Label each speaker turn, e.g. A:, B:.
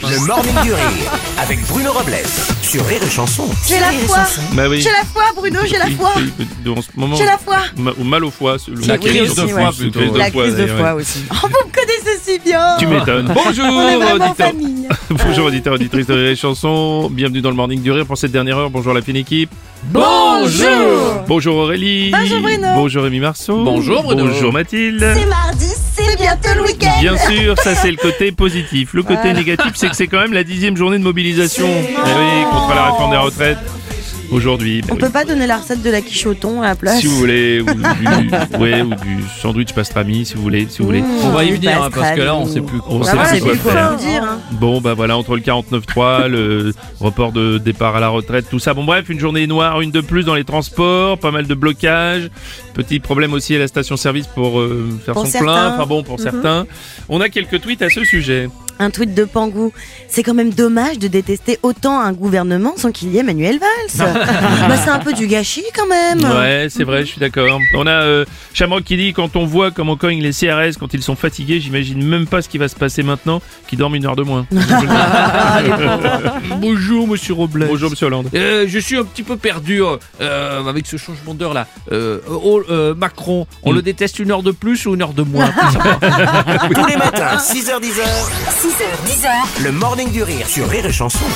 A: Le Morning du Rire avec Bruno Robles sur Rire et Chanson.
B: J'ai la foi.
C: Bah oui.
B: J'ai la foi, Bruno, j'ai la foi.
C: Oui, oui, oui, En ce moment,
B: J'ai la foi.
C: ma- ou mal au foie. c'est le-
D: La crise de
C: oui,
D: foie,
C: c'est
D: plutôt.
C: une crise de
D: La
C: foie,
D: crise de
C: d'ailleurs,
D: foie
C: ouais.
D: aussi.
B: Oh, vous me connaissez si bien.
C: Tu m'étonnes. Bonjour,
B: On est vraiment en
C: auditeurs.
B: famille.
C: Bonjour, auditeurs, auditrices de Rire et Chanson. Bienvenue dans le Morning du Rire pour cette dernière heure. Bonjour, la fine équipe.
D: Bonjour.
C: Bonjour, Aurélie.
B: Bonjour, Bruno.
C: Bonjour, Rémi Marceau.
D: Bonjour, Bruno.
C: Bonjour, Mathilde.
B: mardi, c'est bientôt le week-end.
C: Bien sûr, ça c'est le côté positif. Le côté négatif, c'est que c'est quand même la dixième journée de mobilisation. Eh oui, contre la réforme des retraites. Aujourd'hui. Bah
B: On
C: oui.
B: peut pas donner la recette de la quiche au thon à la place.
C: Si vous voulez, ou du, ouais, ou du sandwich pastrami, si vous voulez, si vous voulez.
B: Mmh,
D: On va y
B: du
D: venir hein, parce que là on
B: pastrami.
D: sait plus.
C: On
B: Bah
C: sait
B: voilà,
C: pas
B: c'est
C: quoi
B: plus quoi
C: faire.
B: vous dire. hein.
C: Bon, bah voilà, entre le 49.3, le report de départ à la retraite, tout ça. Bon, bref, une journée noire, une de plus dans les transports, pas mal de blocages. Petit problème aussi à la station-service pour euh, faire
B: Pour
C: son
B: certains. Mmh.
C: plein. Enfin bon, pour certains. On a quelques tweets à ce sujet.
B: Un tweet de Pangou. C'est quand même dommage de détester autant un gouvernement sans qu'il y ait Manuel Valls. bah, c'est un peu du gâchis quand même.
C: Ouais, c'est vrai, je suis d'accord. On a euh, Shamrock qui dit quand on voit comment cognent les CRS quand ils sont fatigués, j'imagine même pas ce qui va se passer maintenant, qu'ils dorment une heure de moins. Bonjour, monsieur Robles. Bonjour, monsieur Hollande.
D: Euh, je suis un petit peu perdu euh, euh, avec ce changement d'heure là. Euh, oh, euh, Macron, on
C: Mm.
D: le déteste une heure de plus ou une heure de moins
A: Tous les matins, 6h10,
E: 6h, 10h,
A: le Morning du Rire sur Rire et Chanson.